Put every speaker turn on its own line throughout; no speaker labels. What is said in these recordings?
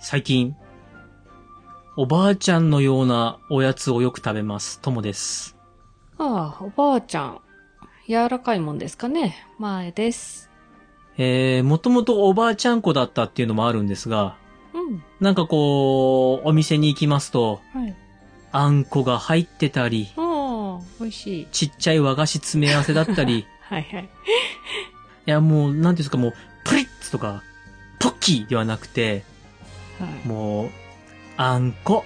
最近、おばあちゃんのようなおやつをよく食べます。ともです。
ああ、おばあちゃん。柔らかいもんですかね。前です。
えー、もともとおばあちゃん子だったっていうのもあるんですが、
うん。
なんかこう、お店に行きますと、
はい。
あんこが入ってたり、
ああ、美味しい。
ちっちゃい和菓子詰め合わせだったり、い
はいはい。
やもう、なんていうんですか、もう、プリッツとか、ポッキーではなくて、
はい、
もう、あんこ。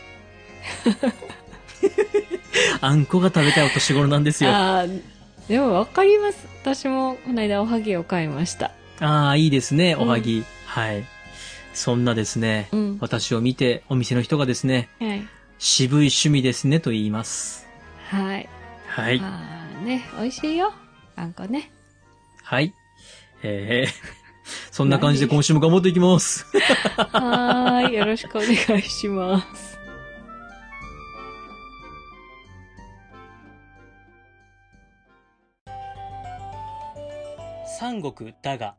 あんこが食べたいお年頃なんですよ。あ
ああ、でもわかります。私もこの間おはぎを買いました。
あー、いいですね、おはぎ。はい。そんなですね、
うん。は
私を見てお店の人がですね、
い。
渋い趣味ですねと言います。
はい。
はい。
ああ、ね、美味しいよ。あんこね。
はい。えー、 そんな感じで今週も頑張っていきます。
はーい。よろしくお願いします。
三国だが。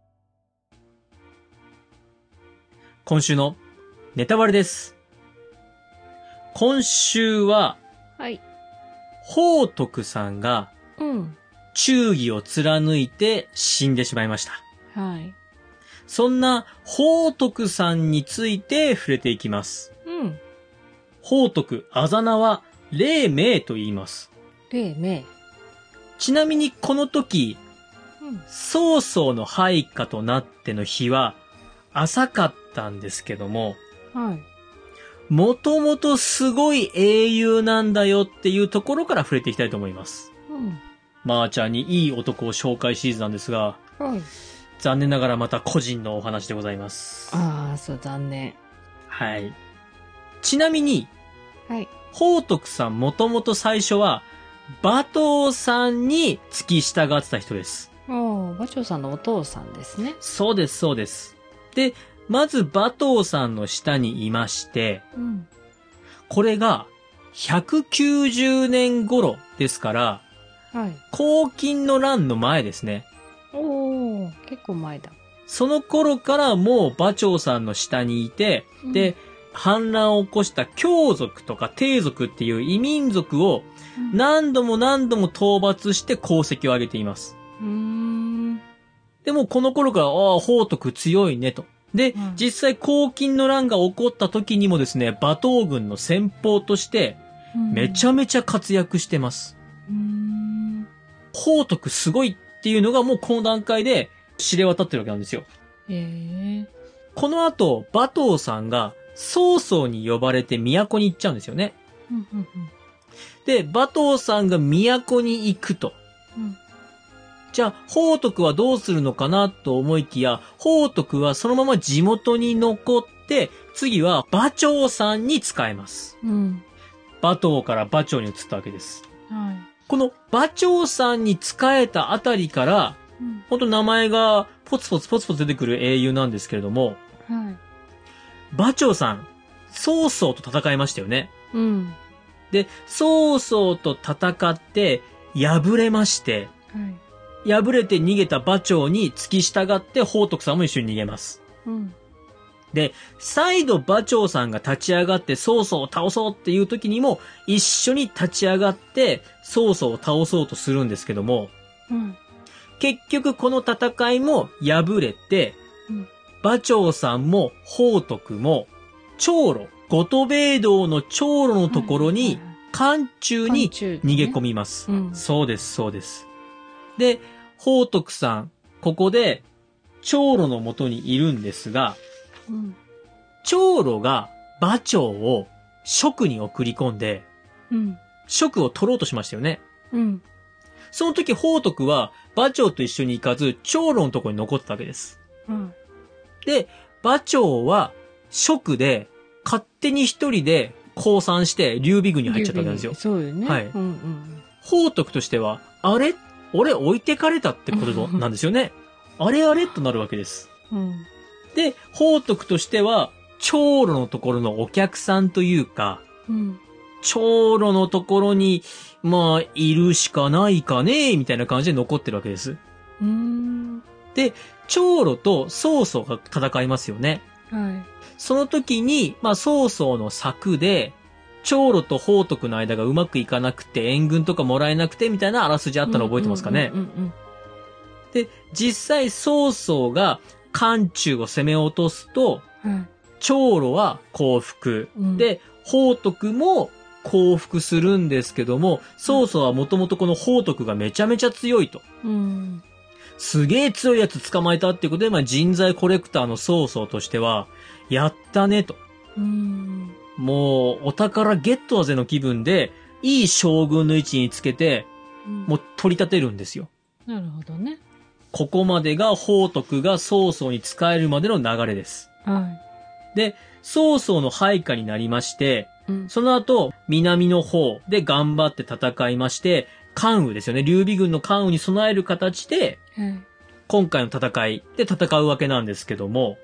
今週のネタバレです。今週は、
はい。
宝徳さんが
うん。
忠義を貫いて死んでしまいました。
はい。
そんな宝徳さんについて触れていきます。
うん。
宝徳、あざ名は、霊明と言います。
黎明。
ちなみにこの時、
うん。
曹操の配下となっての日は、浅かったんですけども、
はい。
もともとすごい英雄なんだよっていうところから触れていきたいと思います。
うん。
まー、ちゃんにいい男を紹介シリーズなんですが、
はい。
残念ながらまた個人のお話でございます。
ああ、そう、残念。
はい。ちなみに、
はい。
宝徳さんもともと最初は、馬頭さんに付き従ってた人です。
おお、馬長さんのお父さんですね。
そうです、そうです。で、まず馬頭さんの下にいまして、
うん。
これが190年頃ですから、
はい。
黄金の乱の前ですね。
おお、結構前だ。
その頃からもう馬長さんの下にいて、で、、反乱を起こした強族とか帝族っていう異民族を
うん、
何度も何度も討伐して功績を上げています。
うーん。
でもこの頃から、ああ、宝徳強いねと。で、
うん
実際黄金の乱が起こった時にもですね、馬頭軍の先方としてめちゃ
め
めちゃ活躍してます。
うーん。
宝徳すごいっていうのがもうこの段階で知れ渡ってるわけなんですよ。
ええ
この後、馬頭さんが曹操に呼ばれて都に行っちゃうんですよね。
うんうん
で、馬頭さんが都に行くと。
うん。
じゃあ、宝徳はどうするのかなと思いきや、宝徳はそのまま地元に残って、次は馬長さんに使えます。
うん。
馬頭から馬長に移ったわけです。
うん。はい。
この馬長さんに仕えたあたりから、
うん。
ほんと名前がポツポツポツポツ出てくる英雄なんですけれども、
はい。
馬長さん、曹操と戦いましたよね。
うん。
で、曹操と戦って、敗れまして、
はい。
敗れて逃げた馬長に付き従って宝徳さんも一緒に逃げます。
うん。
再度馬長さんが立ち上がって曹操を倒そうっていう時にも、一緒に立ち上がって曹操を倒そうとするんですけども、
うん。
結局この戦いも敗れて、
うん
馬長さんも宝徳も、長路、後鳥兵道の長路のところに、漢中に逃げ込
み。
みます。
うん
そうです、そうです。で、宝徳さん、ここで、長老の元にいるんですが、
うん。
長老が馬長を職に送り込んで、
うん。
職を取ろうとしましたよね。
うん。
その時、宝徳は馬長と一緒に行かず、長老のところに残ってたわけです。
うん。
で、馬長は職で、勝手に一人で降参して、劉備軍に入っちゃったわけなんですよ。
そうよね。
はい
うんうん。
宝徳としては、あれ俺置いてかれたって ことなんですよね。あれあれとなるわけです。
うん。
で、宝徳としては、長老のところのお客さんというか、
うん。
長老のところに、まあ、いるしかないかね、みたいな感じで残ってるわけです。
うーん。
長老と曹操が戦いますよね。
はい。
その時に、まあ、曹操の策で、長老と宝徳の間がうまくいかなくて、援軍とかもらえなくて、みたいなあらすじあったの覚えてますかね。
うんうんうんうん
で、実際曹操が漢中を攻め落とすと、
うん
長老は降伏。
うん
で、宝徳も降伏するんですけども、曹操はもともとこの宝徳がめちゃめちゃ強いと。
うん
すげえ強いやつ捕まえたってことで、まあ人材コレクターの曹操としては、やったねと。
うん
もう、お宝ゲットだぜの気分で、いい将軍の位置につけて、もう取り立てるんですよ。
なるほどね
ここまでが宝徳が曹操に仕えるまでの流れです。
は
曹操の配下になりまして、
いうん
その後、南の方で頑張って戦いまして、関羽ですよね。劉備軍の関羽に備える形で、
はい
今回の戦いで戦うわけなんですけども、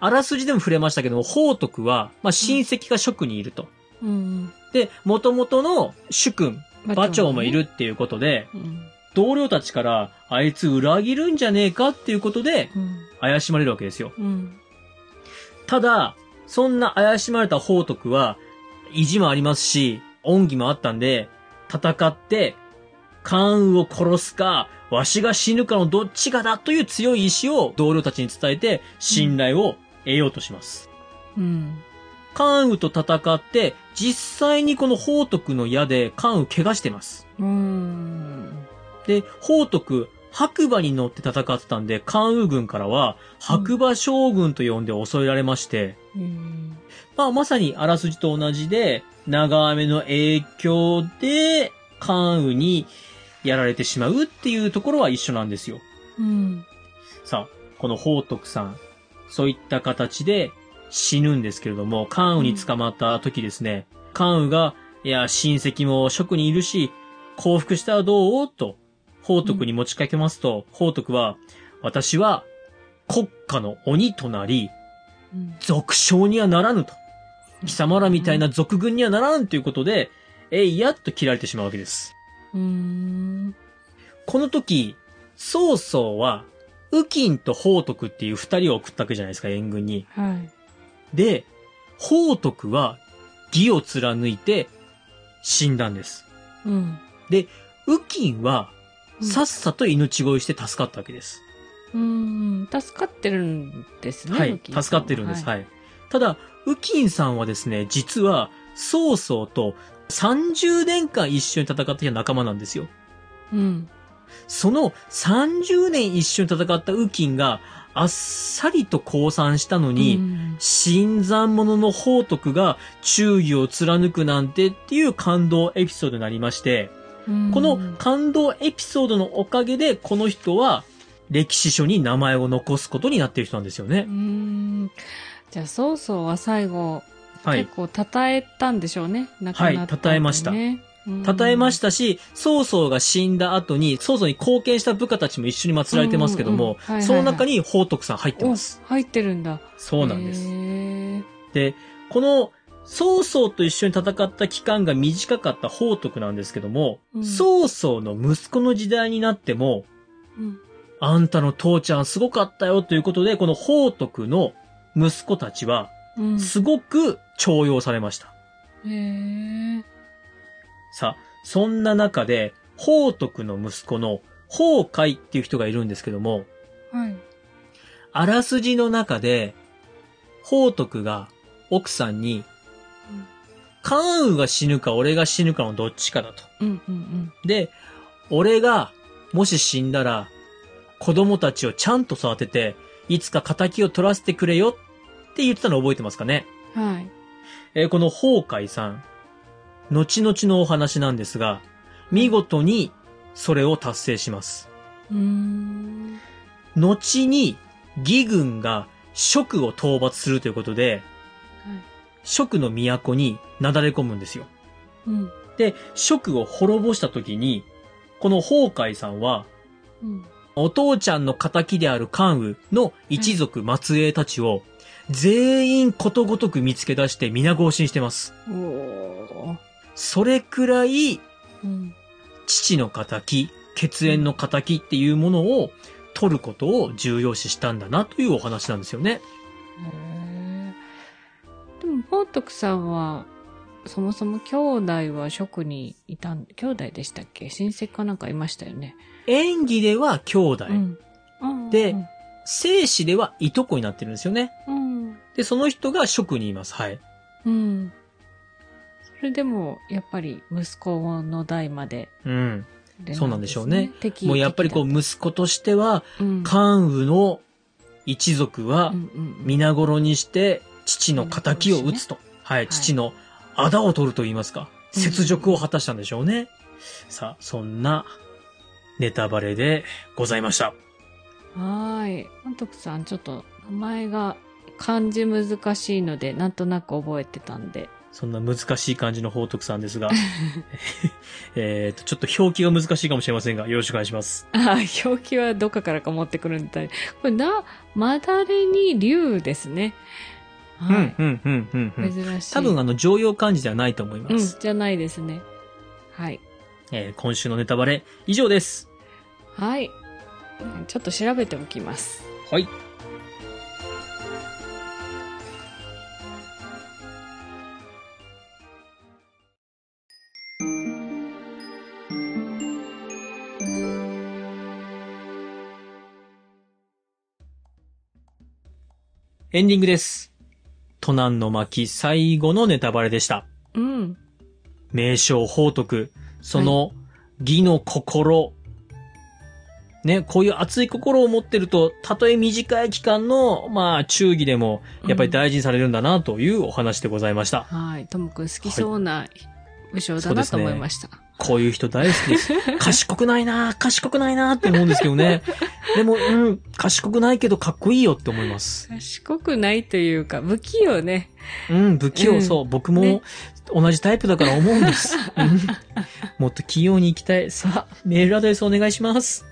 あらすじでも触れましたけども、宝徳は、まあ、親戚が諸君にいると。
うん
で、元々の主君、馬長もいるっていうことで、
うん
同僚たちから、あいつ裏切るんじゃねえかっていうことで、
うん
怪しまれるわけですよ。
うん
ただ、そんな怪しまれた宝徳は、意地もありますし、恩義もあったんで、戦って、関羽を殺すか、わしが死ぬかのどっちかだという強い意志を同僚たちに伝えて、信頼を得ようとします。
うん
関羽と戦って、実際にこの宝徳の矢で関羽怪我してます。
うん
で、宝徳、白馬に乗って戦ってたんで、関羽軍からは、白馬将軍と呼んで襲いられまして、
うん
まあ、まさにあらすじと同じで、長雨の影響で、関羽にやられてしまうっていうところは一緒なんですよ。
うん
さあ、この宝徳さん、そういった形で死ぬんですけれども、関羽に捕まった時ですね、関羽が、いや、親戚も職にいるし、降伏したらどうと、宝徳に持ちかけますと、宝徳は、私は国家の鬼となり、
うん
俗将にはならぬと。貴様らみたいな俗軍にはならぬということで、えいやっと切られてしまうわけです。
うん
この時、曹操は、右近と宝徳っていう二人を送ったわけじゃないですか、援軍に。
はい
で、宝徳は、義を貫いて、死んだんです。
うん
右近は、
うん
さっさと命乞いして助かったわけです。
うん助かってるんですね
はい
ル。キーさ
助かってるんです。
は
はい。ただ、右近さんはですね、実は、曹操と30年間一緒に戦ってきた仲間なんですよ。
うん
その30年一緒に戦った右近が、あっさりと降参したのに、
うん
新参者の宝徳が忠義を貫くなんてっていう感動エピソードになりまして、
うん
この感動エピソードのおかげで、この人は歴史書に名前を残すことになっている人なんですよ
う
ね
ー。んじゃあ曹操は最後、
はい
結。構称えたんでしょうね亡くなった後にね
はい称えました称えましたたし、曹操が死んだ後に、曹操に貢献した部下たちも一緒に祀られてますけど
うんうんうん
も
はいはいは、い
その中に宝徳さん入ってます。
入ってるんだ
そうなんです
へ。ー
で、この曹操と一緒に戦った期間が短かった宝徳なんですけども、
うん
曹操の息子の時代になっても、
うん
あんたの父ちゃんすごかったよということで、この宝徳の息子たちは、
うん
すごく重用されました。
へー
さあ、そんな中で、宝徳の息子の宝海っていう人がいるんですけども、
はい
あらすじの中で、宝徳が奥さんに、関羽が死ぬか俺が死ぬかのどっちかだと。
うんうん
で、俺が、もし死んだら、子供たちをちゃんと育てて、いつか仇を取らせてくれよって言ってたの覚えてますかね
うんはい
えーこの宝海さん、後々のお話なんですが、見事にそれを達成します。
うーん
後に、義軍が蜀を討伐するということで、
はい
蜀の都になだれ込むんですよ。
うん
で、蜀を滅ぼした時に、この宝海さんは、
うん
お父ちゃんの仇である関羽の一族末裔たちを、全員ことごとく見つけ出して皆合心してます。
おおー
それくらい、
うん
父の仇、血縁の仇っていうものを取ることを重要視したんだなというお話なんですよね。
へー宝徳さんは、そもそも兄弟は職にいたん、兄弟でしたっけ親戚かなんかいましたよね。
演技では兄弟、
うんうん
で生死ではいとこになってるんですよね。
うん。
で、その人が職にいます。はい。
うん。それでも、やっぱり息子の代まで
うん。
で、
そうなんでしょうね。
敵
もうやっぱりこう、息子としては、
う、うん、
関羽の一族は
う、んうんうん
皆頃にして、父の仇を討つと。はい、父の仇を取ると言いますか。
うん
雪辱を果たしたんでしょうね。さあ、そんな、ネタバレでございました。
はーい。監督さん、ちょっと名前が漢字難しいので、なんとなく覚えてたんで。
そんな難しい感じの報徳さんですが、 えっと、ちょっと表記が難しいかもしれませんが、よろしくお願いします。
あー表記はどっかからか持ってくるんだ。これな、まだれに竜ですね。
う
は
ん
い、。
うん、うん、うん、うん。
珍しい。
多分あの、常用漢字ではないと思いま
うん、
す。
じゃないですね。はい。
えー今週のネタバレ、以上です。
はい。うんちょっと調べておきます。
はい。エンディングです。都南の巻最後のネタバレでした。
うん。
名称宝徳、その義の心、ね、こういう熱い心を持ってると、たとえ短い期間の、まあ、忠義でも、やっぱり大事にされるんだな、というお話でございました。
はい。ともくん好きそうな武将
そ
だ
うで
な
す
と
ね
思いました。
こういう人大好き です。賢くないな賢くないなって思うんですけどね。でも、うん、賢くないけどかっこいいよって思います。
賢くないというか、不器用ね。
うん、不器用、
うん
そう。僕も
ね
同じタイプだから思うんです。 うんもっと器用に行きたい。さあ、メールアドレスお願いします。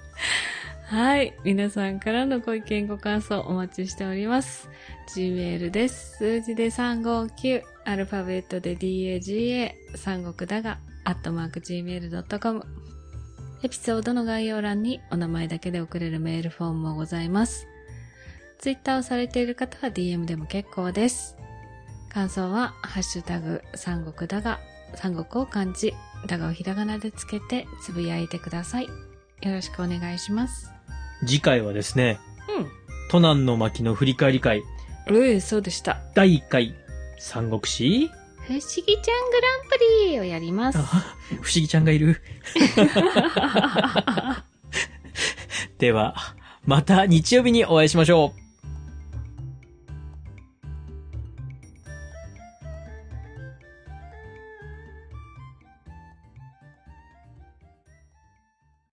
はい。皆さんからのご意見、ご感想お待ちしております。Gmail です。数字で359、アルファベットで DAGA、三国だが、アットマーク Gmail.com。エピソードの概要欄にお名前だけで送れるメールフォームもございます。Twitter をされている方は DM でも結構です。感想は、ハッシュタグ、三国だが、三国を漢字、だがをひらがなでつけてつぶやいてください。よろしくお願いします。
次回はですね、
うん。
都南の巻の振り返り会
ええ、そうでした。
第1回三国志
不思議ちゃんグランプリをやり ます。
あ不思議ちゃんがいる。では、また日曜日にお会いしましょう。